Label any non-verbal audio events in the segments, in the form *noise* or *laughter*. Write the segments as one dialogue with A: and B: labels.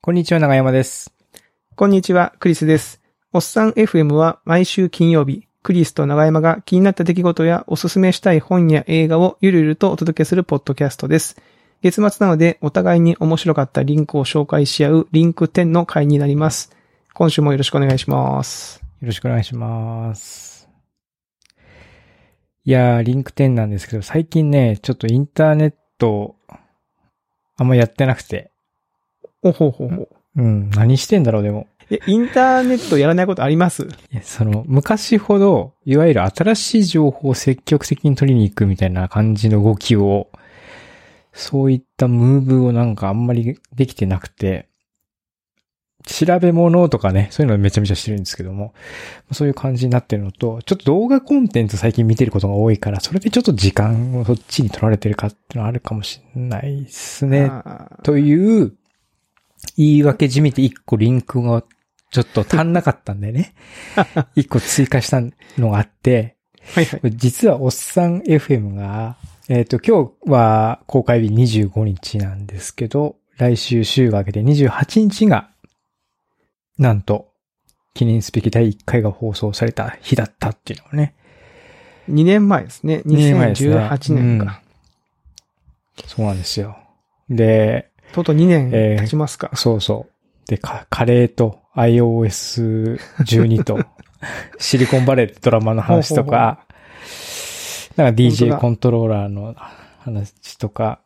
A: こんにちは、長山です。
B: こんにちは、クリスです。おっさん FM は毎週金曜日、クリスと長山が気になった出来事やおすすめしたい本や映画をゆるゆるとお届けするポッドキャストです。月末なのでお互いに面白かったリンクを紹介し合うリンク10の回になります。今週もよろしくお願いします。
A: よろしくお願いします。いやー、リンク10なんですけど、最近ね、ちょっとインターネット、あんまやってなくて。
B: おほほほ。
A: うん、何してんだろう、でも。
B: え、インターネットやらないことあります
A: いやその、昔ほど、いわゆる新しい情報を積極的に取りに行くみたいな感じの動きを、そういったムーブをなんかあんまりできてなくて、調べ物とかね、そういうのめちゃめちゃしてるんですけども、そういう感じになってるのと、ちょっと動画コンテンツ最近見てることが多いから、それでちょっと時間をそっちに取られてるかってのはあるかもしんないですね。
B: あー
A: という、言い訳じみて一個リンクがちょっと足んなかったんで
B: *laughs*
A: ね。一個追加したのがあって、
B: はいはい。
A: 実はおっさん FM が、えっ、と、今日は公開日25日なんですけど、来週週が明けて28日が、なんと、記念すべき第1回が放送された日だったっていうのをね。
B: 2年前ですね。
A: 二年前ですね
B: 2018年か。
A: そうなんですよ。で、
B: とうとう2年
A: えー
B: 経ちますか。
A: そうそう。で、かカレーと *laughs* iOS12 と、シリコンバレーってドラマの話とか、なんか
B: 本当
A: DJ
B: だ
A: コントローラーの話とか、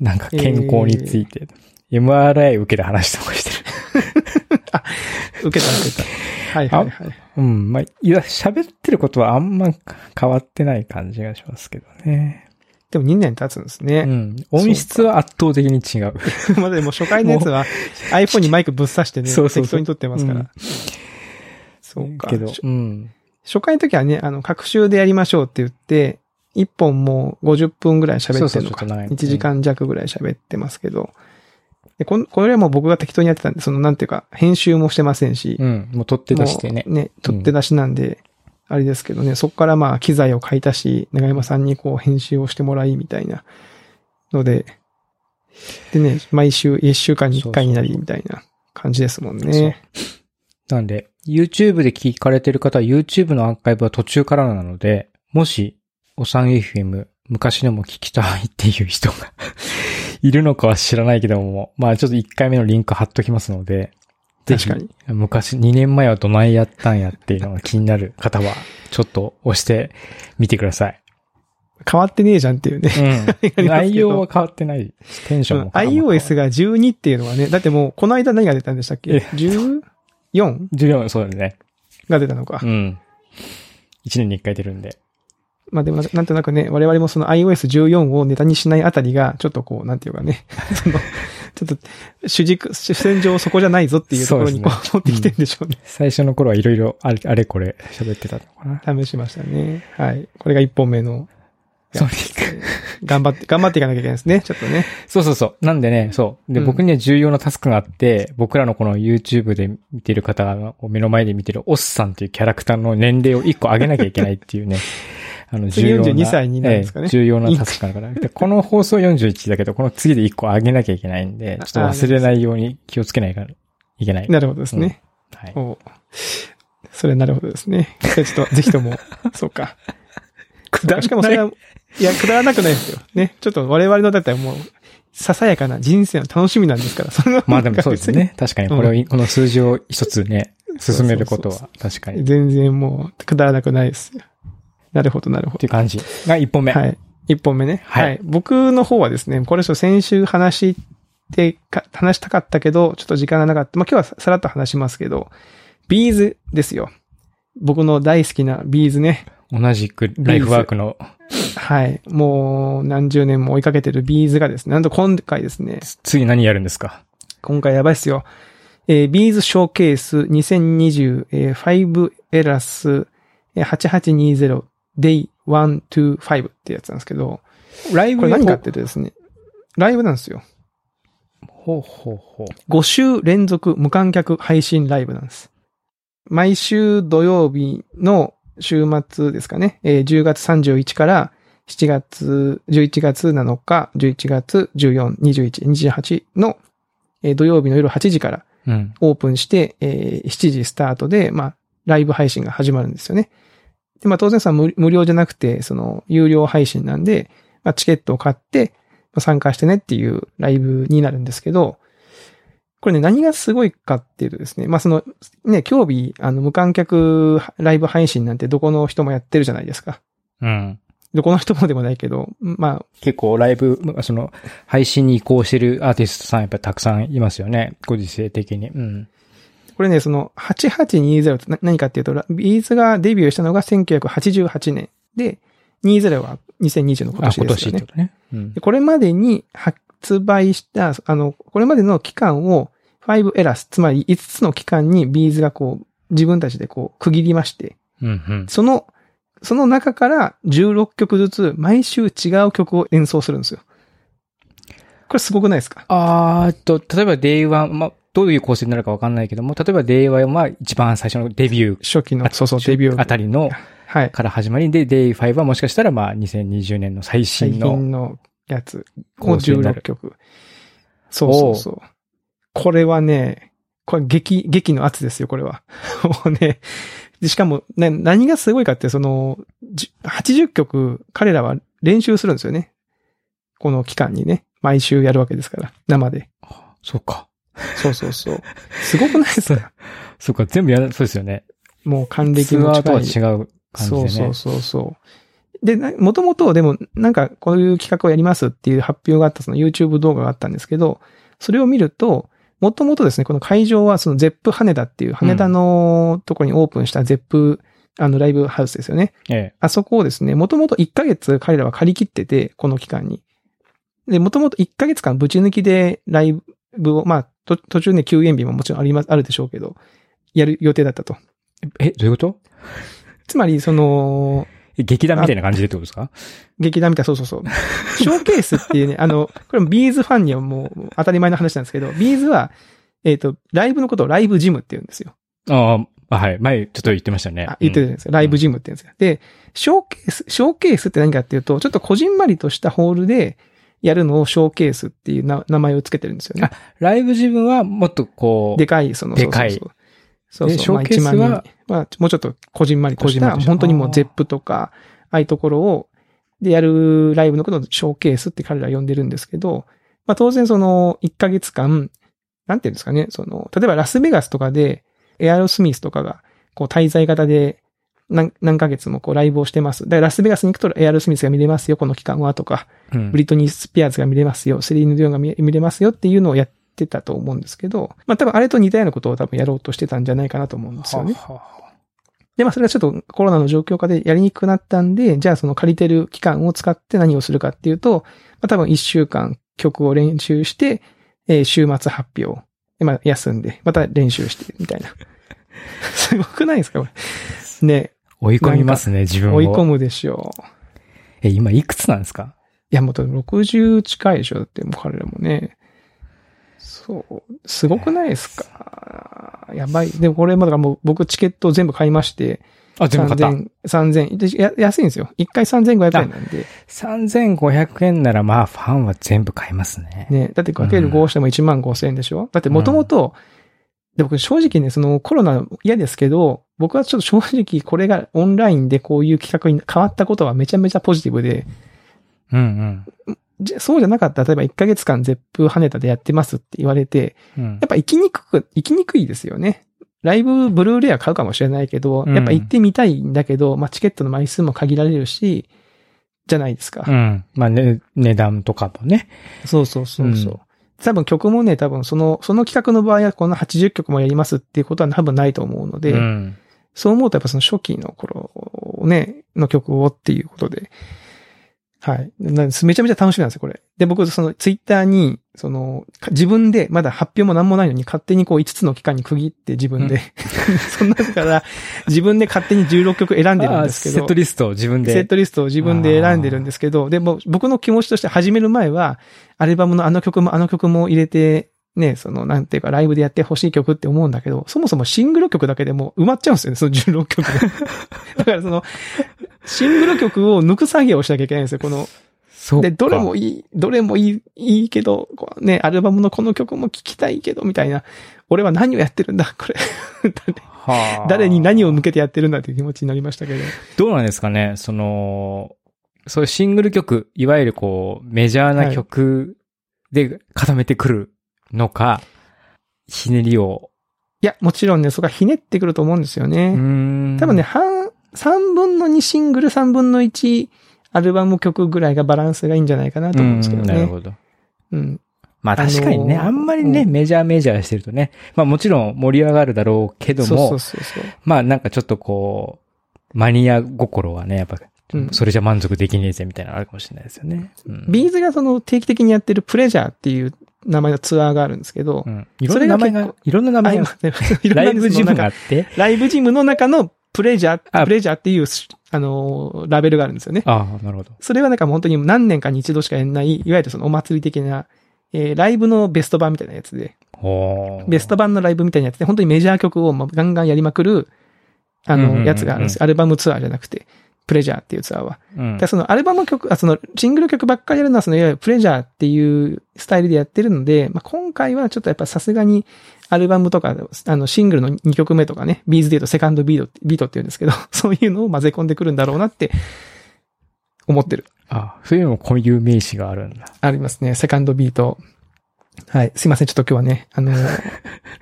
A: なんか健康について、MRI 受けた話とかしてる。
B: 受けた受けた。はいはいはい。
A: うん。まあ、いや、喋ってることはあんま変わってない感じがしますけどね。
B: でも2年経つんですね。
A: うん。音質は圧倒的に違う。
B: *laughs* まあでも初回のやつは iPhone にマイクぶっ刺してね、
A: そうそうそう
B: 適当に撮ってますから。
A: うん
B: そうか。
A: けど、
B: し
A: うん。
B: 初回の時はね、あの、各週でやりましょうって言って、1本もう50分ぐらい喋ってるの
A: そうそうち
B: か。
A: ょっと長い
B: 1時間弱ぐらい喋ってますけど。でこんこれはもう僕が適当にやってたんで、そのなんていうか、編集もしてませんし。
A: うん。もう取って出してね
B: も。うね、取って出しなんで、あれですけどね、そこからまあ機材を買い足し、長山さんにこう編集をしてもらいみたいなので、でね、毎週、1週間に1回になりみたいな感じですもんね。
A: なんで、YouTube で聞かれてる方は YouTube のアーカイブは途中からなので、もし、おさん FM、昔のも聞きたいっていう人が *laughs* いるのかは知らないけども、まあちょっと1回目のリンク貼っときますので、ぜひ
B: 確かに。
A: 昔、2年前はどないやったんやっていうのが気になる方は、ちょっと押してみてください。
B: 変わってねえじゃんっていうね。
A: うん。
B: ど
A: 内容は変わってない。テンションも変わらなかった
B: iOS が12っていうのはね、だってもうこの間何が出たんでしたっ
A: え
B: け ?14
A: 14、そうだね。
B: が出たのか
A: う。ん。1年に1回出るんで。
B: まあでも、なんとなくね、我々もその iOS14 をネタにしないあたりが、ちょっとこう、なんていうかね、 *laughs* その、ちょっと、主軸、主戦場そこじゃないぞっていうところにこう、持ってきてるんでしょうね。
A: 最初の頃はいろいろあれあれこれ喋ってたのかな。
B: 試しましたね。はい。これが1本目の、
A: そうです
B: 頑張って、頑張っていかなきゃいけないですね。ちょっとね。
A: そうそうそう。なんでね、そう。で、
B: うん
A: 僕には重要なタスクがあって、僕らのこの YouTube で見てる方を目の前で見てるおっさんっていうキャラクターの年齢を1個上げなきゃいけないっていう
B: *laughs*
A: ね。あの、
B: 次
A: 重要な。
B: 42歳になるんですかね
A: ええ重要なタスクだから。でこの放送41だけど、この次で1個上げなきゃいけないんで、ちょっと忘れないように気をつけないからいけない。
B: なるほどですね。
A: はい。
B: おうそれはなるほどですね。じゃあちょっと、ぜひとも、 *laughs* そうか。
A: く
B: しかもそれは、いや、くだらなくないですよ。ね。ちょっと我々の、だったらもう、ささやかな人生の楽しみなんですから、その
A: まあでもそうです。ね。確かにこれを、
B: う
A: この数字を一つね、進めることは確かに。
B: 全然もう、くだらなくないですよ。なるほど、なるほ
A: って
B: ど。
A: いう感じが1本目。
B: はい。一本目ね。
A: はい
B: 僕の方はですね、これちょっと先週話してか、話したかったけど、ちょっと時間がなかった。まあ、今日はさらっと話しますけど、ビーズですよ。僕の大好きなビーズね。
A: 同じくライフワークの
B: はい。もう何十年も追いかけてるビーズがですね、なんと今回ですね、
A: 次何やるんですか
B: 今回やばいっすよ。えービーズショーケース2020、えー、5エラスえー8820 day 125ってやつなんですけど、
A: ライ
B: これ何かっていうとですね、ライブなんですよ。
A: ほうほうほう。
B: 5週連続無観客配信ライブなんです。毎週土曜日の週末ですかね、えー10月31から7月、11月7日、11月14、21、28のえー土曜日の夜8時から
A: うん。
B: オープンして、えー7時スタートで、まあ、ライブ配信が始まるんですよね。で、まあ、当然さ、無無料じゃなくて、その、有料配信なんで、まあ、チケットを買って、まあ参加してねっていうライブになるんですけど、これね、何がすごいかっていうとですね、まあ、その、ね、今日日、あの、無観客ライブ配信なんてどこの人もやってるじゃないですか。
A: うん。
B: どこの人もでもないけど、まあ、
A: 結構ライブ、まあその、配信に移行してるアーティストさんやっぱたくさんいますよね。ご時世的に。うん。
B: これね、その、8820ってな何かっていうと、ラビーズがデビューしたのが1988年で、20は2020の今
A: あ、
B: 年
A: 今
B: です
A: 年
B: よ
A: って
B: ね
A: こ。とね。うん
B: で。これまでに発売した、あの、これまでの期間を5エラス、つまり5つの期間にビーズがこう、自分たちでこう、区切りまして、
A: うんうん。
B: その、その中から16曲ずつ毎週違う曲を演奏するんですよ。これすごくないですか
A: あーっと、例えば Day1、まあ、どういう構成になるかわかんないけども、例えば Day1 は一番最初のデビュー、
B: 初期の、そうそう、デビュー。
A: あたりの、
B: はい。
A: から始まりで、Day5 はもしかしたらまあ2020年の最
B: 最
A: 新の
B: 近のやつ。を
A: 構成にな
B: 16
A: る。
B: 曲。そうそうそう。これはね、これ劇、劇の圧ですよ、これは。 *laughs* もうね。でしかも、ね、何がすごいかって、その、じ80曲、彼らは練習するんですよね。この期間にね。毎週やるわけですから。生で。
A: そうか。
B: そうそうそう。 *laughs* すごくないです *laughs* か
A: そうか、全部やら、そうですよね。
B: もう還
A: ツ
B: 暦
A: ア
B: の
A: ーと
B: 近
A: はい違う感じで
B: そう
A: ね。
B: そうそうそう。で、もともと、でも、なんか、こういう企画をやりますっていう発表があった、その YouTube 動画があったんですけど、それを見ると、もともとですね、この会場は、その ZEP 羽田っていう、羽田のとこにオープンした ZEP、あの、ライブハウスですよね。
A: え
B: あそこをですね、もともと1ヶ月彼らは借り切ってて、この期間に。で、もともと1ヶ月間ぶち抜きでライブを、まあ、と途中ね、休園日ももちろんあります、あるでしょうけど、やる予定だったと。
A: え。え、どういうこと
B: つまり、その、
A: え劇団みたいな感じでってことですか
B: 劇団みたい、そうそ
A: *laughs*
B: うそう。ショーケースっていうね、あの、これもビーズファンにはもう当たり前の話なんですけど、ビーズは、えっ、と、ライブのことをライブジムって言うんですよ。
A: ああ、はい。前、ちょっと言ってましたね。
B: あ、言って
A: うん
B: るじゃないですか。ライブジムって言うんですよ。で、ショーケース、ショーケースって何かっていうと、ちょっとこじんまりとしたホールでやるのをショーケースっていうな名前をつけてるんですよね
A: あ。ライブ自分はもっとこう、
B: でかい、その、
A: でかい
B: そうそうそう。
A: で
B: そうそうまあ
A: ショーケースは
B: 1万人まあ、もうちょっとこじんまりとし
A: こじんま
B: た、
A: りとした
B: 本当にも
A: あ
B: う
A: ー
B: ゼップとか、ああいうところを、でやるライブのことをショーケースって彼らは呼んでるんですけど、まあ当然その1ヶ月間、なんていうんですかね、その、例えばラスベガスとかで、エアロスミスとかが、こう滞在型で何、何ヶ月もこうライブをしてます。だからラスベガスに行くとエアロスミスが見れますよ、この期間はとか、
A: うん
B: ブリトニー・スピアーズが見れますよ、セリーヌ・ディオンが見見れますよっていうのをやってたと思うんですけど、まあ多分あれと似たようなことを多分やろうとしてたんじゃないかなと思うんですよね。
A: はあはあはあ
B: で、まあそれはちょっとコロナの状況下でやりにくくなったんで、じゃあその借りてる期間を使って何をするかっていうと、まあ多分1週間曲を練習して、えー週末発表。でまあ休んで、また練習して、みたいな。 *laughs* すごくないですかこれ。ね、
A: 追い込みますね、自分を。
B: 追い込むでしょう。
A: え、今いくつなんですか
B: いや、もう多分60近いでしょ。だってもう彼らもね。そう。すごくないですかやばい。でもこれまだからもう僕チケット全部買いまして。
A: あ、全部買った。
B: 3000、3000でや。安いんですよ。1回3500円なんで。
A: 3500円ならまあ、ファンは全部買いますね。
B: ね。だってかける5しても1万5000円でしょだってもともと、で僕正直ね、そのコロナ嫌ですけど、僕はちょっと正直これがオンラインでこういう企画に変わったことはめちゃめちゃポジティブで、
A: うん
B: じゃそうじゃなかったら例えば1ヶ月間絶風跳ねたでやってますって言われて、
A: うん。うん
B: やっぱ行きにくく、行きにくいですよね。ライブ、ブルーレア買うかもしれないけど、
A: うん
B: やっぱ行ってみたいんだけど、まあ、チケットの枚数も限られるし、じゃないですか。
A: うん。まあね、値段とかもね。
B: そうそうそうそう。
A: うん
B: 多分曲もね、多分その、その企画の場合はこの80曲もやりますっていうことは多分ないと思うので、
A: うん。
B: そう思うとやっぱその初期の頃をね、の曲をっていうことで、はい。なめちゃめちゃ楽しみなんですよ、これ。で、僕、そのツイッターに、その、か自分で、まだ発表も何もないのに、勝手にこう5つの期間に区切って自分で、
A: うん
B: *laughs* そんな中から、自分で勝手に16曲選んでるん
A: あ
B: ですけ
A: セ
B: ど
A: ット、リストを自分
B: セッ
A: で。
B: トリストを自分で選んでるんですけど、でも僕の気持ちとして始める前は、アルバムのあの曲もあの曲も入れて、ね、その、なんていうか、ライブでやってほしい曲って思うんだけど、そもそもシングル曲だけでもう埋まっちゃうんですよね、その16
A: *laughs*
B: 曲がだからその、シングル曲を抜く作業をしなきゃいけないんですよ、この、
A: そうか。
B: で、どれもいい、どれもいい、いいけど、こうね、アルバムのこの曲も聴きたいけど、みたいな。俺は何をやってるんだ、これ。誰
A: はあ
B: 誰に何を向けてやってるんだという気持ちになりましたけど。
A: どうなんですかねその、そういうシングル曲、いわゆるこう、メジャーな曲で固めてくるのか、ひねりを。
B: いや、もちろんね、そこはひねってくると思うんですよ
A: うー
B: ね。
A: ん
B: 多分ね、、半、3分の2シングル、3分の1アルバム曲ぐらいがバランスがいいんじゃないかなと思うんですけど
A: うーなる
B: ね。
A: ほど。
B: うん。
A: まあ
B: あのー
A: 確かにね、あんまりね、
B: う
A: メジャーメジャーしてるとね、まあもちろん盛り上がるだろうけど
B: そう
A: も、
B: そうそうそう。
A: まあなんかちょっとこう、マニア心はね、やっぱ、
B: うん
A: それじゃ満足できねえぜみたいなのあるかもしれないですよね。うん、
B: ビーズがその定期的にやってるプレジャーっていう名前のツアーがあるんですけど
A: う、ん、いろんな名前
B: それが
A: が
B: 結、
A: いろんな名
B: あ
A: 前
B: 今
A: が、
B: ねいろんな
A: *laughs* ライブジムがあ
B: なんか
A: って、
B: ライブジムの中のプレジャー、
A: あ
B: プレジャーっていうし、あのー、ラベルがあるんですよね。
A: ああ、なるほど。
B: それはなんか本当に何年かに一度しかやんない、いわゆるそのお祭り的な、えーライブのベスト版みたいなやつで、
A: ほー
B: ベスト版のライブみたいなやつで、本当にメジャー曲をまあガンガンやりまくる、あ
A: うんうんうんう
B: の、
A: ん
B: やつがあるんですよ。アルバムツアーじゃなくて、プレジャーっていうツアーは。
A: うん
B: だからそのアルバム曲、あ、そのシングル曲ばっかりやるのは、そのいわゆるプレジャーっていうスタイルでやってるので、まあ、今回はちょっとやっぱさすがに、アルバムとか、あの、シングルの2曲目とかね、ビーズで言うとセカンドビート、ビートって言うんですけど、 *laughs* そういうのを混ぜ込んでくるんだろうなって、思ってる。
A: あ、そういうのもこういう名詞があるんだ。
B: ありますね。セカンドビート。はい。すいません。ちょっと今日はね、
A: *laughs*
B: あの、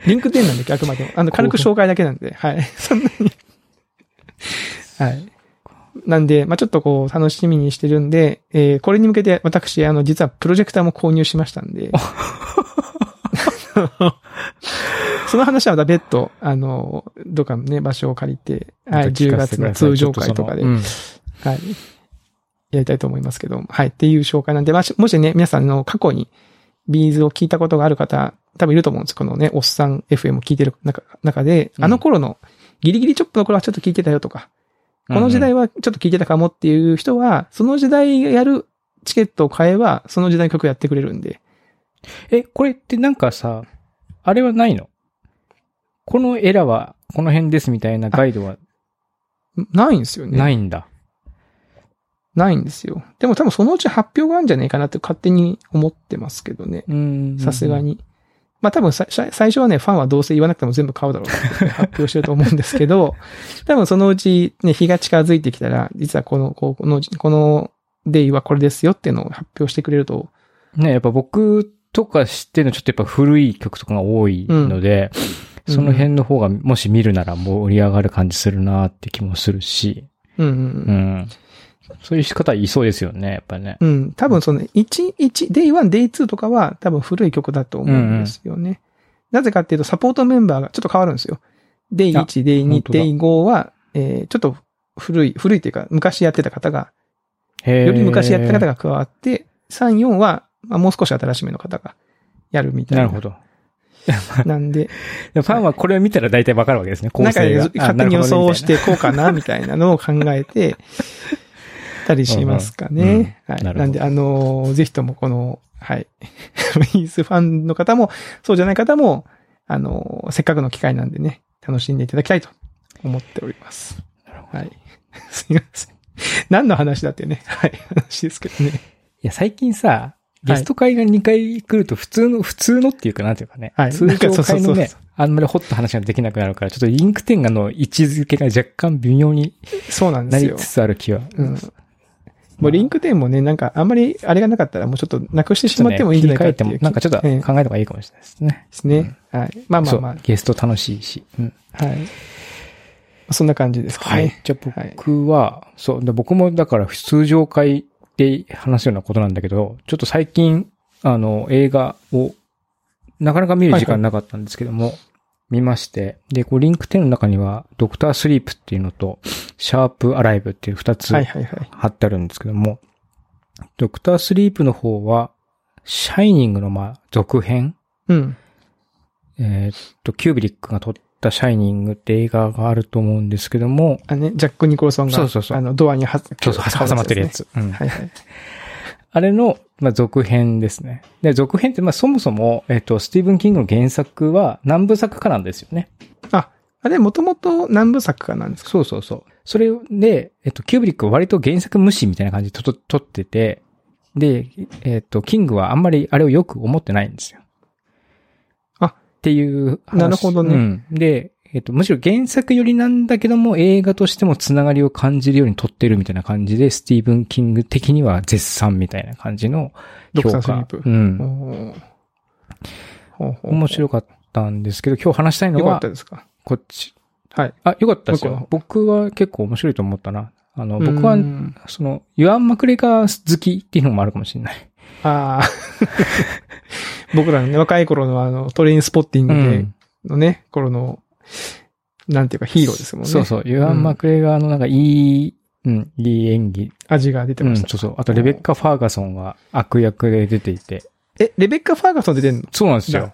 B: リンクテンなんで、あくまでも。あの、軽く紹介だけなんで、はい。そんなに。はい。なんで、まあちょっとこう、楽しみにしてるんで、えーこれに向けて私、あの、実はプロジェクターも購入しましたん
A: *laughs*
B: で、その話はまた別途、あの、どっかのね、場所を借りて、はい、
A: ちょっと
B: 10
A: 聞かせて
B: 月
A: く
B: の
A: ださい
B: 通常会とかで
A: ちょ、っ
B: はい。やりたいと思いますけど、はい。っていう紹介なんで、まあ、しもしね、皆さんあの過去にビーズを聞いたことがある方、多分いると思うんです。このね、おっさん FM を聞いてる中中で、
A: うん
B: あの頃の、ギリギリチョップの頃はちょっと聞いてたよとか、この時代はちょっと聞いてたかもっていう人は、その時代やるチケットを買えば、その時代の曲やってくれるんで、
A: え、これってなんかさ、あれはないのこのエラはこの辺ですみたいなガイドは
B: ないんですよね。。
A: ないいんだ。
B: ないんですよ。でも多分そのうち発表があるんじゃないかなって勝手に思ってますけどね。
A: うん
B: さすが。に。まあ多分さ最初はね、ファンはどうせ言わなくても全部買うだろうって発表してると思うんですけど、 *laughs* 多分そのうちね、日が近づいてきたら、実はこの、こうこの、このデイはこれですよっていうのを発表してくれると、
A: ね、やっぱ僕とか知ってるのちょっとやっぱ古い曲とかが多いので、
B: うん
A: その辺の方がもし見るなら盛り上がる感じするなって気もするし、
B: うんうん
A: う
B: うん。
A: ん。そういう方いそうですよね、やっぱね。
B: うん。多分その、1、1、デイ1、デイ2とかは多分古い曲だと思うんですよね。なぜかっていうと、サポートメンバーがちょっと変わるんですよ。デイ
A: あ
B: 1、デイ
A: 本
B: 2、
A: 当だ
B: デイ5は、えー、ちょっと古い、古いというか、昔やってた方が
A: へー
B: より昔やった方が加わって、3、4は、まあ、もう少し新しめの方がやるみたい
A: な
B: な。
A: るほ。ど。
B: なんで、
A: でファンはこれを見たら大体わかるわけですね、 *laughs* 構
B: なんか
A: 成が。
B: 勝手に予想をし
A: あ
B: てこうかな、みたいなのを考えて、たりしますかね。
A: うんうん
B: はい。
A: なるほど
B: なんで、あのーぜひともこの、はい。ミースファンの方も、そうじゃない方も、あのーせっかくの機会なんでね、楽しんでいただきたいと思っております。はい。 *laughs* すいません。何の話だってね、はい、話ですけど
A: い
B: ね。
A: や、最近さ、ゲスト会が2回来ると普通の、普通のっていうかなんていうかね。
B: はい
A: 通常
B: なんかそう
A: 会
B: そ
A: の
B: うそう
A: ね
B: そ、
A: あんまりホット話ができなくなるから、ちょっとリンク展がの位置づけが若干微妙に
B: そうなんで
A: な
B: す
A: り
B: よ。
A: つつある気は。
B: うん。もうリンクテンもね、なんかあんまりあれがなかったらもうちょっとなくしてし
A: ちょ
B: ま
A: っと
B: っ
A: ね
B: てもいいんじゃないか
A: 切
B: って
A: り替
B: い
A: え
B: う
A: ても、なんかちょっと考え
B: ええ
A: た方がいいかもしれないですね。
B: ですね。はい。まあまあま
A: そうゲスト楽しいし。うん
B: あ。はい。そんな感じですか
A: はい
B: ね。。
A: じゃあ僕は、そう、で僕もだから通常会で話すようなことなんだけど、ちょっと最近、あの、映画を、なかなか見る時間なかったんですけども、見まして、で、こう、リンク10の中には、ドクタースリープっていうのと、シャープアライブっていう二つ
B: はいはいはい。
A: 貼ってあるんですけども、ドクタースリープの方は、シャイニングの、まあ、続編
B: うん。
A: えーっと、キューブリックが撮ったシャイニングって映画があると思うんですけども、
B: あのね、ジャック・ニコルソンが、
A: そうそうそう
B: あの、ドアには
A: そうそう、挟まってるや。つ。うん
B: はいはい。
A: あれの、まあ、続編ですね。で、続編って、まあ、そもそも、えっと、スティーブン・キングの原作は何部作かなんですよね。
B: あ、あれ、もともと何部作かなんですか
A: そうそうそう。それで、えっと、キューブリックは割と原作無視みたいな感じでとと撮ってて、で、えっ、と、キングはあんまりあれをよく思ってないんですよ。
B: あ
A: っていう話。
B: なるほどね
A: うんで、えっ、と、むしろ原作よりなんだけども、映画としてもつながりを感じるように撮ってるみたいな感じで、スティーブン・キング的には絶賛みたいな感じの評
B: ドクタースリ
A: 価
B: ー。プ
A: うん。面
B: い。
A: 白かったんですけど、今日話したいの
B: よかっ
A: は
B: た、ですか
A: こっち。
B: はい。
A: あ、よかったです
B: もう一
A: よ。僕は結構面白いと思ったな。あの、僕
B: う
A: は
B: ー、ん
A: その、ユアン・マクレガー好きっていうのもあるかもしれない。
B: ああ。 *laughs* 僕らのね、若い頃のあの、トレインスポッティングでのね、頃の、なんていうかヒーローですもんね。
A: そうそう。ユア
B: うん
A: ン・マクレガーのなんかいい、うん、いい演技。
B: 味が出て
A: う
B: ま
A: ん、
B: した。
A: そうそう。あと、レベッカ・ファーガソンが悪役で出ていて。
B: え、レベッカ・ファーガソン出てんの
A: そうなんです
B: じゃ
A: よ
B: あ。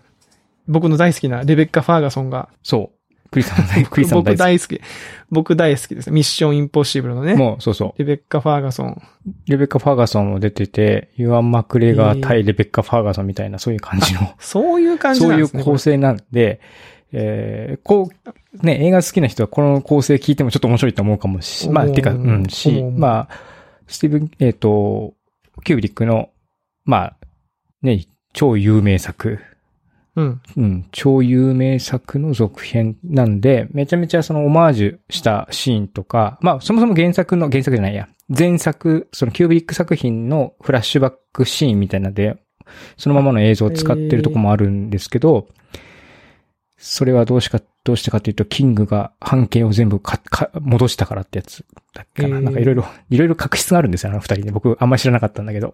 B: 僕の大好きなレベッカ・ファーガソンが。
A: そう。クリスさん大好き。クリスさん
B: 僕
A: 大好
B: 大好き。僕大好きです。ミッション・インポッシブルの
A: き。
B: ね。
A: もう、そうそう。
B: レベッカ・ファーガソン。
A: レベッカ・ファーガソンも出てて、ユアン・マクレガー対レベッカ・ファーガソンみたいな、そういう感じの。
B: そういう感じ
A: そ
B: な
A: うんい
B: で
A: う
B: すね。
A: 構成なんで、えー、こう、ね、映画好きな人はこの構成聞いてもちょっと面白いと思うかもし、まあ、
B: 思う
A: てか、うん、し
B: 思う、思う
A: まあ、スティーブン、えっ、と、キュービリックの、まあ、ね、超有名作、
B: これうん。
A: うん、超有名作の続編なんで、めちゃめちゃそのオマージュしたシーンとか、まあ、そもそも原作の、原作じゃないや、前作、そのキュービリック作品のフラッシュバックシーンみたいなので、そのままの映像を使ってるとこもあるんですけど、それはどうしか、どうしてかというと、キングが半径を全部か、か、戻したからってやつだっけかな。
B: へー
A: なんかいろいろ、いろいろ確執があるんですよ、あの二人で。僕、あんまり知らなかったんだけど。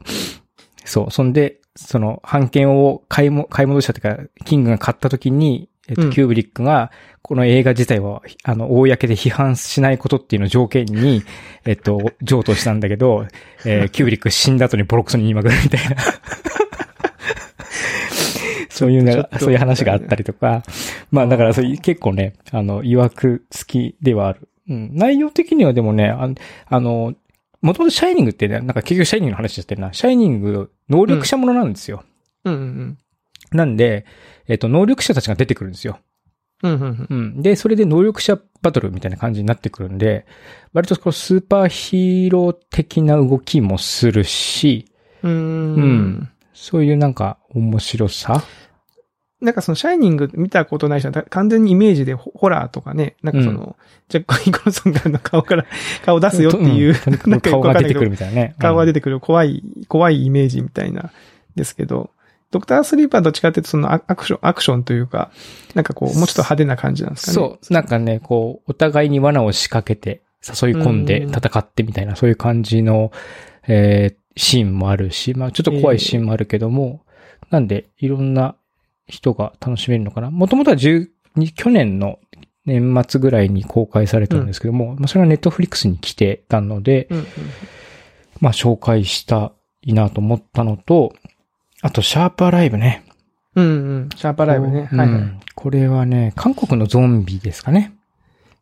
A: そう。そんで、その、半券を買いも、買い戻したというか、キングが買った時に、えっと、
B: うん
A: キューブリックが、この映画自体は、あの、公で批判しないことっていうのを条件に、えっと、譲渡したんだけど、えー
B: *laughs*
A: キューブリック死んだ後にボロクソに言いまくるみたいな。そういう
B: ちょっ
A: な、
B: と
A: そういう話があったりとか。まあだからそういう結構ね、あの、曰く付きではある。うん。内容的にはでもね、ああの、もともとシャイニングってね、なんか結局シャイニングの話しちゃってるな。シャイニング、能力者ものなんですよ。
B: うんうん
A: なんで、えっ、と、能力者たちが出てくるんですよ。
B: うん。うんうんうん。
A: うん。で、それで能力者バトルみたいな感じになってくるんで、割とこうスーパーヒーロー的な動きもするし、
B: うーん
A: うんそういうなんか面白さ
B: なんかその、シャイニング見たことない人は、だ完全にイメージでホホラーとかね、なんかその、ジャック・ニコルソンがあの顔から、顔出すよっていう、
A: とにか
B: なん
A: く
B: かよ
A: 顔
B: くわ
A: が
B: か
A: 出て
B: んないけど
A: くるみたいなね。
B: 顔が出
A: て
B: てくる怖い、怖いイメージみたいな、ですけど、ドクタースリーパーどっちかっていうとそのアアクション、アクションというか、なんかこう、もうちょっと派手な感じなんですかね。
A: そう。なんかね、こう、お互いに罠を仕掛けて、誘い込んで
B: うん
A: 戦ってみたいな、そういう感じの、えーシーンもあるし、まあちょっと怖いシーンもあるけども、なんで、いろんな人が楽しめるのかな。もともとは10に去年の年末ぐらいに公開されたんですけども、まあそれがネットフリックスに来てたので、
B: うんうん。
A: まあ紹介したいなと思ったのと、あと、シャープアライブね。
B: うんうん。シャーパーライブね。はい、は
A: う
B: い。
A: んこれはね、韓国のゾンビですかね。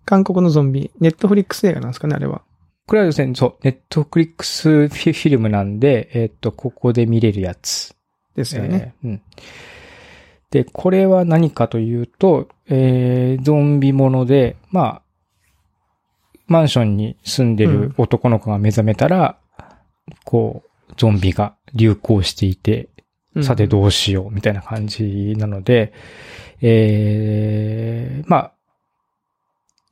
B: 韓国のゾンビ、ネットフリックス映画なんですかね、あれは。
A: これはですね、そう、ネットフリックスフィフィルムなんで、えっ、と、ここで見れるやつ。
B: ですよね。
A: えーうん。で、これは何かというと、えー、ゾンビもので、まあ、マンションに住んで
B: う
A: る
B: ん
A: 男の子が目覚めたら、こう、ゾンビが流行していて、
B: うん
A: さてどうしようみたいな感じなので、ええまあ、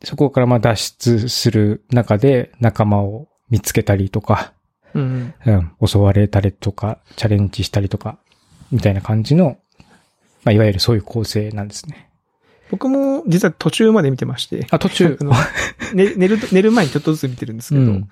A: そこからまあ脱出する中で仲間を見つけたりとか、
B: うんうん。
A: うん、襲われたりとか、チャレンジしたりとか、みたいな感じの、まあ、いわゆるそういう構成なんですね。
B: 僕も実は途中まで見てまして、
A: あ、途中
B: あ、のね、寝る、寝る前にちょっと *laughs* ずつ見てるんですけ
A: う
B: ど、
A: ん、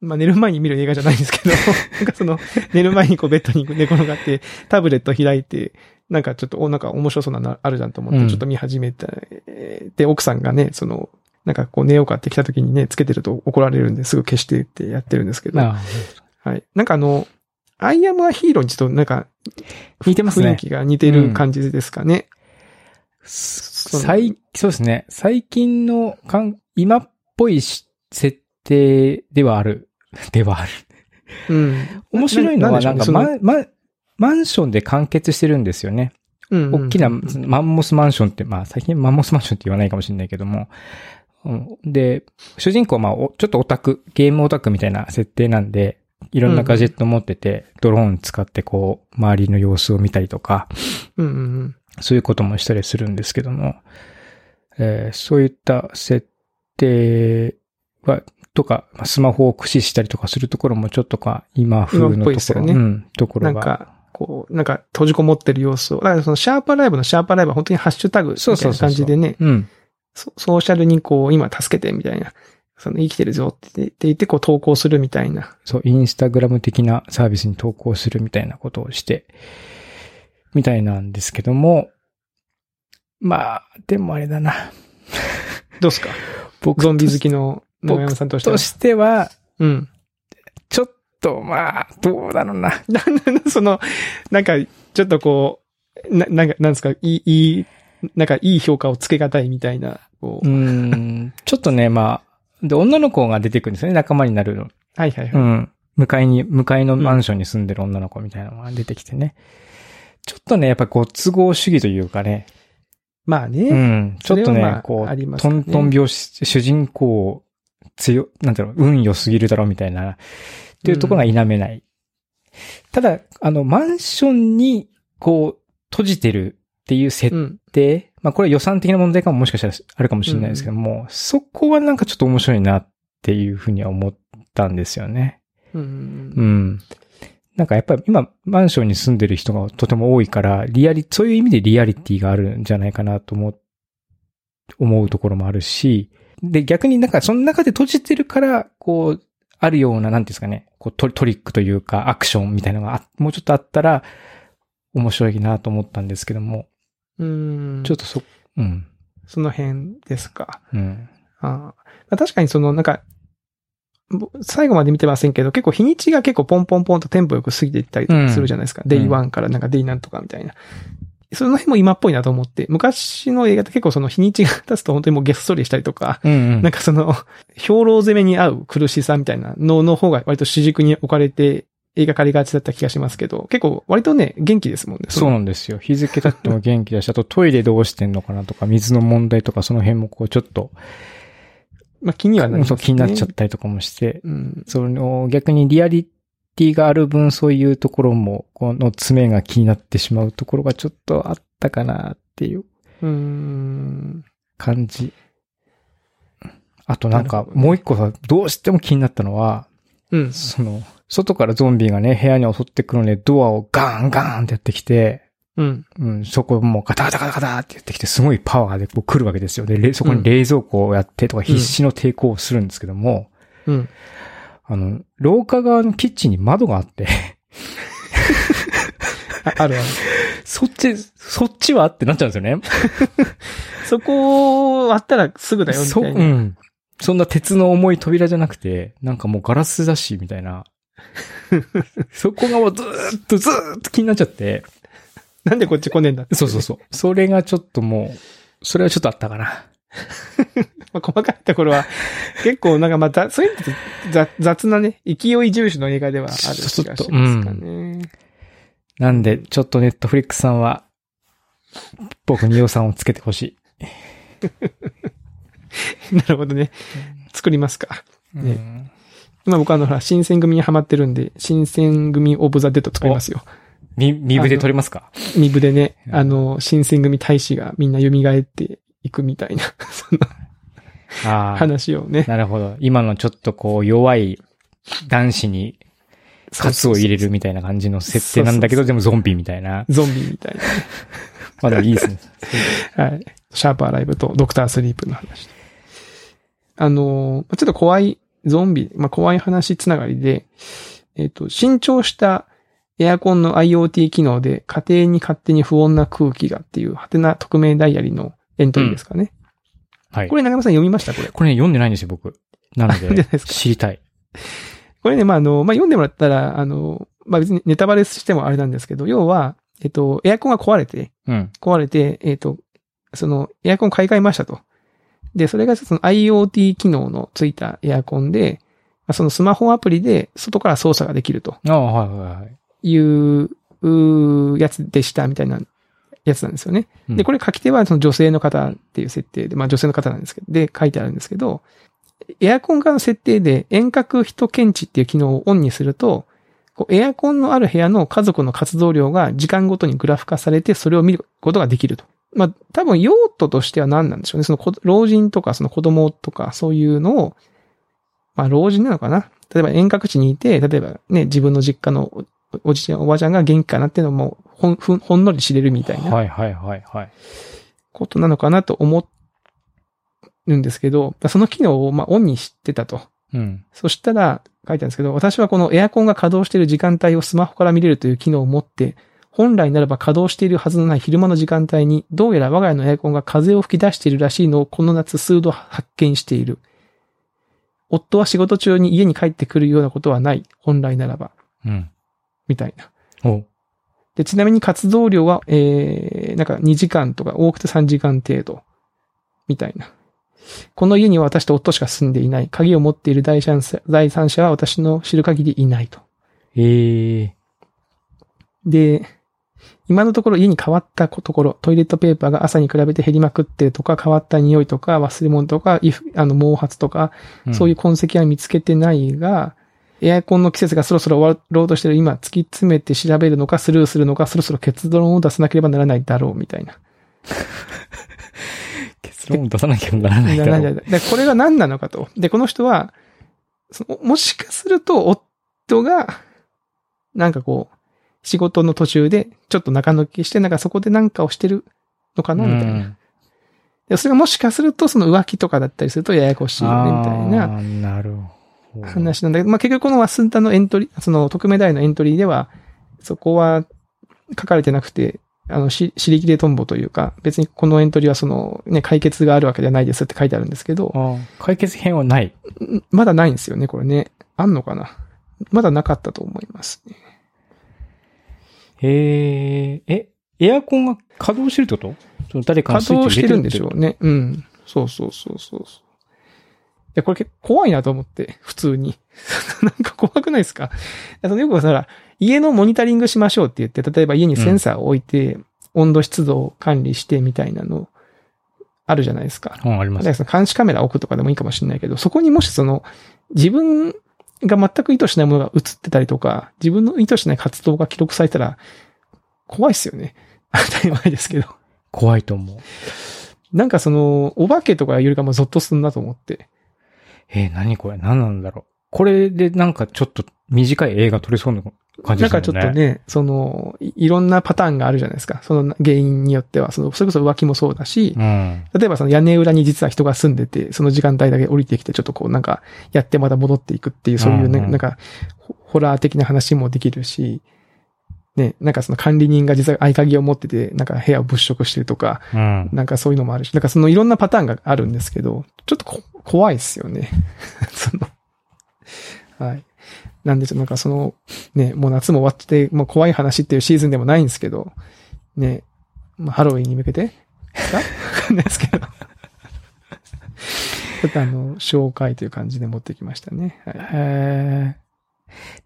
B: まあ寝る前に見る映画じゃないんですけ
A: *laughs*
B: ど、なんかその、寝る前にこうベッドに寝転がって、タブレット開いて、なんかちょっと、お、なんか面白そうなのあるじゃんと思っ
A: う
B: て、
A: ん
B: ちょっと見始めた。えーで、奥さんがね、その、なんかこう寝ようかって来た時にね、つけてると怒られるんですぐ消してってやってるんですけど、
A: あ
B: はい。なんかあの、アイアムアヒーローにちょっとなんか、
A: 似てますね
B: 雰囲気が似てる感じですかね。
A: す
B: う
A: 最、そうですね。最近のかん、今っぽいし設定ではある。ではある。
B: うん。
A: 面白いのは、なんか、
B: な
A: ま
B: んでしょうね、
A: ま、マンションで完結してるんですよね。
B: うんうん
A: 大きな、マンモスマンションって、まあ、最近マンモスマンションって言わないかもしれないけども。うんで、主人公は、まあ、おちょっとオタク、ゲームオタクみたいな設定なんで、いろんなガジェット持ってて、ドローン使ってこう、周りの様子を見たりとか、
B: うんうんうん。
A: そういうこともしたりするんですけども、えーそういった設定は、とか、まあスマホを駆使したりとかするところもちょっとか、今風
B: 今っ
A: の
B: ぽい
A: と
B: です
A: こ
B: よ
A: ろ、
B: ね
A: うん、ところ
B: なん
A: が。
B: か、こう、なんか閉じこもってる様子を。だからそのシャープライブのシャープライブは本当にハッシュタグみた
A: そう
B: い
A: そうそう
B: な
A: そう
B: 感じでね、
A: うん。
B: そソーシャルにこう、今助けてみたいな。その生きてるぞって言って言って、こう投稿するみたいな。
A: そう、インスタグラム的なサービスに投稿するみたいなことをして、みたいなんですけども、まあ、でもあれだな。
B: どうすか
A: 僕
B: ゾンビ好きの長山さんとして
A: と
B: は。
A: しては、
B: うん。 *laughs*
A: ちょっと、まあ、どうだろうな。
B: な、な、な、その、なんか、ちょっとこう、な、なんか、なんですか、いい、いい、なんかいい評価をつけがたいみたいな、こう
A: うーん、ちょっとね、まあ、で、女の子が出てくるんですよね、仲間になるの。
B: はいはいは
A: う
B: い。
A: ん。向かいに、向かいのマンションに住んでる女の子みたいなのが出てきてね。ちょっとね、やっぱご都合主義というかね。
B: まあ
A: う
B: ね、
A: ん。ちょっと
B: それ
A: ね、
B: はまあ
A: こ
B: あり
A: う、
B: ます
A: ト
B: よね
A: ントン拍子、主人公を強、なんていうの、運良すぎるだろうみたいな、っていうところが否めない。ただ、あの、マンションに、こう、閉じてるっていう設
B: うん。
A: で、まあこれは予算的な問題かももしかしたらあるかもしれないですけども、そこはなんかちょっと面白いなっていうふうには思ったんですよね。
B: うん。う
A: うんん。なんかやっぱり今マンションに住んでる人がとても多いから、リアリ、そういう意味でリアリティがあるんじゃないかなと思、思うところもあるし、で逆になんかその中で閉じてるから、こう、あるような、なんていうんですかね、こうトリトリックというかアクションみたいなのがあもうちょっとあったら面白いなと思ったんですけども、
B: うん。
A: ちょっ
B: と、
A: とそ、うん。
B: その辺ですか。
A: うん。
B: あーまあ確かにその、なんか、ぼ最後まで見てませんけど、結構日にちが結構ポンポンポンとテンポよく過ぎていったりとかするじゃないですか。
A: ん
B: デイ1からなんかデイなんとかみたいな。その辺も今っぽいなと思って、昔の映画って結構その日にちが経つと本当にもうげっそりしたりとか、
A: うん、
B: なんかその、兵糧攻めに合う苦しさみたいなのの方が割と主軸に置かれて映画化りがちだった気がしますけど、結構割とね、元気ですもんね。
A: そうなんですよ。日付経っても元気だし、あとトイレどうしてんのかなとか、水の問題とか、その辺もこうちょっと、
B: まあ気にはなります
A: そう
B: ね。
A: 気になっちゃったりとかもして、
B: うん。
A: その逆にリアリティがある分、そういうところも、この爪が気になってしまうところがちょっとあったかなっていう
B: うーん。
A: 感じ。あとなん
B: な
A: か
B: る、ほどね
A: もう一個さ、どうしても気になったのは、
B: うん。
A: その、外からゾンビがね、部屋に襲ってくるので、ドアをガーンガーンってやってきて、
B: うん。
A: うん、そこもうガタガタガタガタってやってきて、すごいパワーでこう来るわけですよ。で、れそこに冷蔵庫をやってとか必死の抵抗をするんですけども、
B: うん。
A: あの、廊下側のキッチンに窓があって、 *laughs*
B: ああるある。
A: そっち、そっちはってなっちゃうんですよね。
B: そこ割ったらすぐだよ、みた
A: そ、う
B: いな。
A: ん。そんな鉄の重い扉じゃなくて、なんかもうガラスだし、みたいな。 *laughs* そこがもうずーっとずーっと気になっちゃって。
B: なんでこっち来ねえんだって。
A: そうそうそう。それがちょっともう、それはちょっとあったかな。
B: まあ、細かいところは、結構なんかまた、そういうのって雑雑なね、勢い重視の映画ではある気がしますかね。
A: なんで、ちょっとネットフリックスさんは、僕に予算をつけてほしい。
B: なるほどね。作りますか。ね
A: うん
B: 今僕あの、ほら、新選組にハマってるんで、新選組オブザ・デッド作りますよ。
A: み、身筆取れますか
B: 二部でね、
A: うん
B: あの、新選組大使がみんな蘇っていくみたいな、そんな
A: ああ。
B: 話をね。
A: なるほど。今のちょっとこう弱い男子にカツを入れるみたいな感じの設定なんだけど、でもゾンビみたいな。
B: ゾンビみたい
A: まあでもいいです *laughs* ね。
B: な。はい。シャープアライブとドクタースリープの話。あの、ちょっと怖い、ゾンビ、まあ、怖い話つながりで、えっ、と、新調したエアコンの IoT 機能で家庭に勝手に不穏な空気がっていう、ハテナ匿名ダイアリーのエントリーですかね。
A: はい。
B: こ
A: れ、
B: れ、長山さん読みましたこれ。
A: これね、読んでないんですよ、僕。なの
B: 読ん
A: で *laughs*
B: でないです、か
A: 知りたい。
B: これね、まあ、あの、まあ、読んでもらったら、あの、まあ、別にネタバレしてもあれなんですけど、要は、えっと、エアコンが壊れて、
A: うん。
B: 壊れて、えっと、その、エアコン買い替えましたと。で、それがその IoT 機能のついたエアコンで、まあそのスマホアプリで外から操作ができると
A: ああ、はいはいはい。
B: いう、うーやつでした、みたいなやつなんですよね。
A: うん
B: で、これ書き手はその女性の方っていう設定で、まあ女性の方なんですけど、で書いてあるんですけど、エアコンからの設定で遠隔人検知っていう機能をオンにすると、こうエアコンのある部屋の家族の活動量が時間ごとにグラフ化されて、それを見ることができると。まあ、多分用途としては何なんでしょうね。その子老人とかその子供とかそういうのを、まあ老人なのかな。例えば遠隔地にいて、例えばね、自分の実家のおおじいちゃんおばあちゃんが元気かなっていうのもほん、ふん、ほんのり知れるみたいな。
A: はいはいはいはい。
B: ことなのかなと思うんですけど、その機能をまあオンにしてたと。
A: うん。
B: そしたら、書いてあるんですけど、私はこのエアコンが稼働している時間帯をスマホから見れるという機能を持って、本来ならば稼働しているはずのない昼間の時間帯に、どうやら我が家のエアコンが風を吹き出しているらしいのをこの夏数度発見している。夫は仕事中に家に帰ってくるようなことはない。本来ならば。
A: うん。
B: みたいな。
A: お。
B: で、ちなみに活動量は、えー、なんか2時間とか多くて3時間程度。みたいな。この家には私と夫しか住んでいない。鍵を持っている第三者第三者は私の知る限りいないと。
A: ええ
B: で、今のところ家に変わったところ、トイレットペーパーが朝に比べて減りまくってるとか、変わった匂いとか、忘れ物とか、衣服あの毛髪とか、そういう。痕跡は見つけてないが、エアコンの季節がそろそろ終わろうとしてる今、突き詰めて調べるのか、スルーするのか、そろそろ結論を出さなければならないだろう、みたいな。
A: 結論を出さなきゃならないだろう。
B: でこれが何なのかと。で、この人は、そのもしかすると、夫が、なんかこう、仕事の途中で、ちょっと中抜きして、なんかそこでなんかをしてるのかな、みたいな。
A: うん
B: でそれがもしかすると、その浮気とかだったりすると、ややこしいよね、みたいな。
A: あーなるほど。
B: 話なんだけど、まあ、結局このワスンタのエントリー、その特命大のエントリーでは、そこは書かれてなくて、あの、し、尻切れトンボというか、別にこのエントリーはその、ね、解決があるわけではないですって書いてあるんですけど、
A: あー解決編はない。
B: んまだないんですよね、これね。あんのかなまだなかったと思いますね。
A: えええ、エアコンが稼働してるってことその誰かのスイ
B: 稼
A: ッチを入れ
B: 働して
A: て
B: るんでしょ
A: う。
B: うね。うん。そうそうそうそうそう。いや、これ結構怖いなと思って、普通に。 *laughs* なんか怖くないですかだからよくさ、ほら家のモニタリングしましょうって言って、例えば家にセンサーを置いて、温度湿度を管理してみたいなの、あるじゃないですか。
A: うん、ありま
B: だ
A: す。
B: からその監視カメラ置くとかでもいいかもしれないけど、そこにもしその、自分が全く意図しないものが映ってたりとか、自分の意図しない活動が記録されたら、怖いっすよね。当たり前ですけど。
A: 怖いと思う。
B: なんかその、お化けとかよりかもゾッとすんなと思って。
A: えー、何これ何なんだろう。これでなんかちょっと短い映画撮れそうな感じですよ
B: なん
A: ね。
B: かちょっと。ね、そのい、いろんなパターンがあるじゃないですか。その原因によっては、その、それこそ浮気もそうだし
A: う、ん。
B: 例えばその屋根裏に実は人が住んでて、その時間帯だけ降りてきて、ちょっとこうなんか、やってまた戻っていくっていう、そういうね、
A: うんうん
B: なんか、ホホラー的な話もできるし、ね、なんかその管理人が実は合鍵を持ってて、なんか部屋を物色してるとか、
A: うん。
B: なんかそういうのもあるし、なんかそのいろんなパターンがあるんですけど、ちょっとこ怖いっすよね。 *laughs* その、はい。なんでちょっとなんかその、ね、もう夏も終わって、もう怖い話っていうシーズンでもないんですけど、ね、まあ、ハロウィンに向けてか *laughs* わかんないですけど。ち *laughs* ょっとあの、紹介という感じで持ってきましたね。はい。
A: えー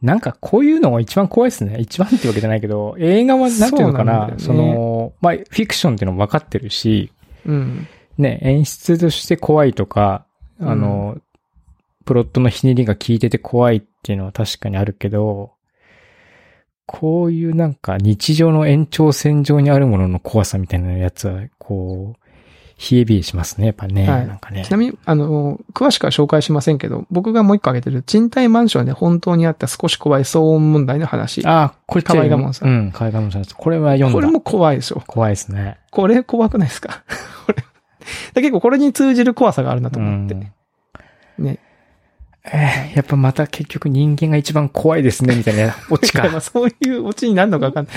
A: なんかこういうのが一番怖いですね。一番ってわけじゃないけど、映画はなんていうのかな、そ
B: そうなんだよね
A: の、まあ、フィクションっていうのも分かってるし、
B: うん。
A: ね、演出として怖いとか、あの、プロットのひねりが効いてて怖いっていうのは確かにあるけど、こういうなんか日常の延長線上にあるものの怖さみたいなやつは、こう、冷え冷えしますね、やっぱね。
B: はい
A: なんかね
B: ち。なみに、あの、詳しくは紹介しませんけど、僕がもう一個挙げてる、賃貸マンションで本当にあった少し怖い騒音問題の話。
A: あー、これ
B: 河合我門さん
A: うん、河合我門さんです。これは読んだ。
B: これも怖いでしょ。
A: 怖いですね。
B: これ怖くないですか *laughs* これ。で結構これに通じる怖さがあるなと思って。
A: うん
B: ね。
A: えーやっぱまた結局人間が一番怖いですね、みたい
B: *laughs*
A: な。オチ
B: ま
A: か。
B: あそういうオチになるのかわかんない。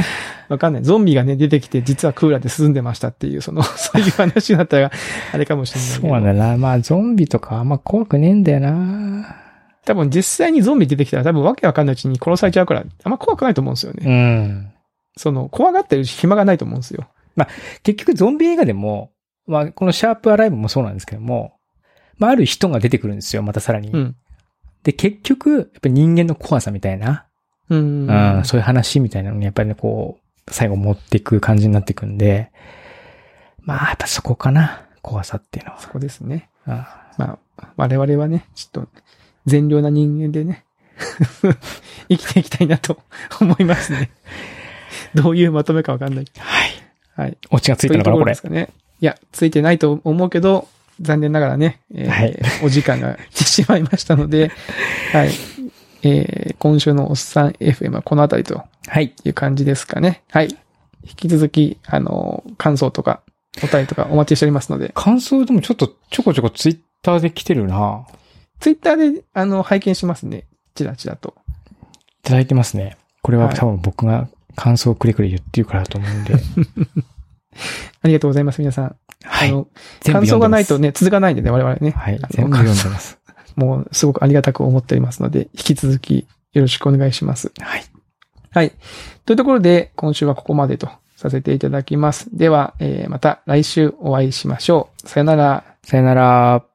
B: わかんない。ゾンビがね、出てきて、実はクーラーで涼んでましたっていう、その、 *laughs* そういう話になったら、あれかもしれないけど。
A: そうなんだな。まあ、ゾンビとかあんま怖くねえんだよな。
B: 多分実際にゾンビ出てきたら、多分わけわかんないうちに殺されちゃうから、あんま怖くないと思うんですよね。
A: うん。
B: その、怖がってる暇がないと思うんですよ。
A: 結局ゾンビ映画でも、まあ、このシャープアライブもそうなんですけども、まあ、ある人が出てくるんですよ、またさらに。
B: うん。
A: で、結局、やっぱり人間の怖さみたいな、
B: うん。
A: うん、そういう話みたいなのに、やっぱりね、こう、最後持っていく感じになっていくんで、まあ、やっぱそこかな、怖さっていうのは。
B: そこですね。
A: あ
B: まあ、我々はね、ちょっと、善良な人間でね、 *laughs* 生きていきたいなと *laughs* 思いますね。どういうまとめかわかんない。
A: はい。
B: はい。
A: オチがつい
B: と
A: た
B: い
A: の
B: う
A: か
B: と
A: な、こ
B: ころで
A: れ
B: す。かね。いや、ついてないと思うけど、残念ながらね、えー
A: はい
B: お時間が来てしまいましたの
A: *laughs*
B: で、はい。えー今週のおっさん FM はこのあたりと
A: はい。
B: いう感じですかね。はい。引き続き、あの、感想とか、お便りとかお待ちしておりますので、
A: 感想でもちょっとちょこちょこツイッターで来てるな。
B: ツイッターで、あの、拝見しますね。ちらちらと。
A: いただいてますね。これは
B: はい
A: 多分僕が感想をくれくれ言ってるからだと思うんで。
B: ありがとうございます、皆さん。
A: *laughs* はい
B: あ。の、
A: 全部読
B: 感想
A: んでま
B: がない
A: す
B: と。ね、続かないんでね、我々ね。
A: はい
B: あの。
A: 全部読ん *laughs* でます。
B: もう、すごくありがたく思っておりますので、引き続きよろしくお願いします。
A: はい。
B: はい。というところで、今週はここまでとさせていただきます。では、えーまた来週お会いしましょう。さよなら。
A: さよなら。